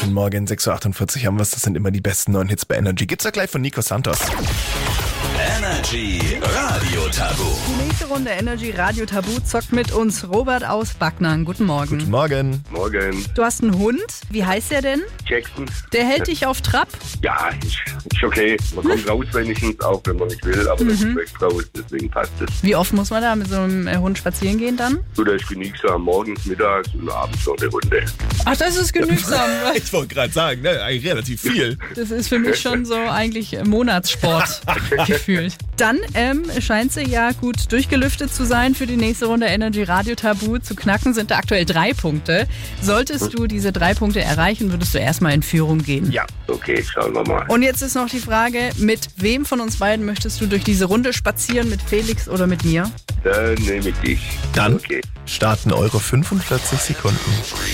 Guten Morgen, 6.48 Uhr haben wir es. Das sind immer die besten neuen Hits bei Energy. Gibt's ja gleich von Nico Santos. Energy Radio Tabu. Die nächste Runde Energy Radio Tabu zockt mit uns Robert aus Backnang. Guten Morgen. Guten Morgen. Morgen, Du hast einen Hund. Wie heißt der denn? Jackson. Der hält dich auf Trab. Ja, ist, ist okay. Man kommt raus wenigstens, auch wenn man nicht will, aber man mhm. direkt raus, deswegen passt es. Wie oft muss man da mit so einem äh, Hund spazieren gehen dann? Oder ich genügsam morgens, mittags und abends noch eine Runde. Ach, das ist genügsam. Ich wollte gerade sagen, ne, eigentlich relativ viel. Das ist für mich schon so eigentlich Monatssport gefühlt. Dann ähm, scheint sie ja gut durchgelüftet zu sein für die nächste Runde Energy Radio Tabu. Zu knacken sind da aktuell drei Punkte. Solltest du diese drei Punkte erreichen, würdest du erstmal in Führung gehen. Ja. Okay, schauen wir mal. Und jetzt ist noch die Frage, mit wem von uns beiden möchtest du durch diese Runde spazieren? Mit Felix oder mit mir? Dann nehme ich dich. Dann Okay. starten eure 45 Sekunden.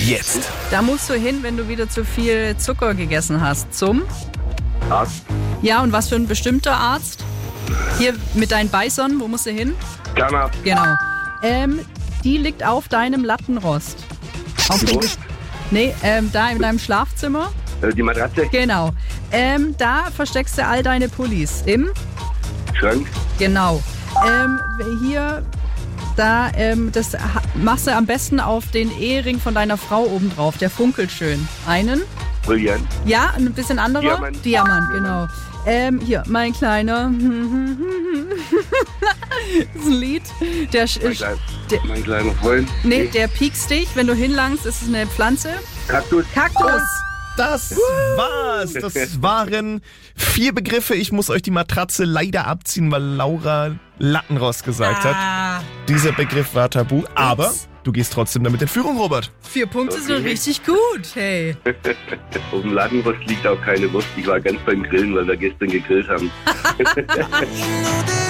Jetzt. Da musst du hin, wenn du wieder zu viel Zucker gegessen hast. Zum? Arzt, Ja, und was für ein bestimmter Arzt? Hier mit deinen Beißern, wo musst du hin? Zahnarzt, Genau. Ähm, die liegt auf deinem Lattenrost. Auf dem Gesch- Nee, ähm, da in deinem Schlafzimmer. äh, die Matratze, Genau. Ähm, da versteckst du all deine Pullis. Im? Schrank, Genau. Ähm, hier, da, ähm, das ha- machst du am besten auf den Ehering von deiner Frau oben drauf. Der funkelt schön. Einen? Brillant, Ja, ein bisschen anderer? Diamant. Diamant, genau. Ähm, hier, mein kleiner. das ist ein Lied. Der, mein, sch- klein, der, mein kleiner Freund. nee, der piekst dich. Wenn du hinlangst, ist es eine Pflanze. Kaktus, Kaktus. Das war's. Das waren vier Begriffe. Ich muss euch die Matratze leider abziehen, weil Laura Lattenrost gesagt hat. Ah, Dieser Begriff war tabu, aber du gehst trotzdem damit in Führung, Robert. vier Punkte sind Okay. richtig gut. Hey. auf dem Ladenwurst liegt auch keine Wurst. Ich war ganz beim Grillen, weil wir gestern gegrillt haben. You know that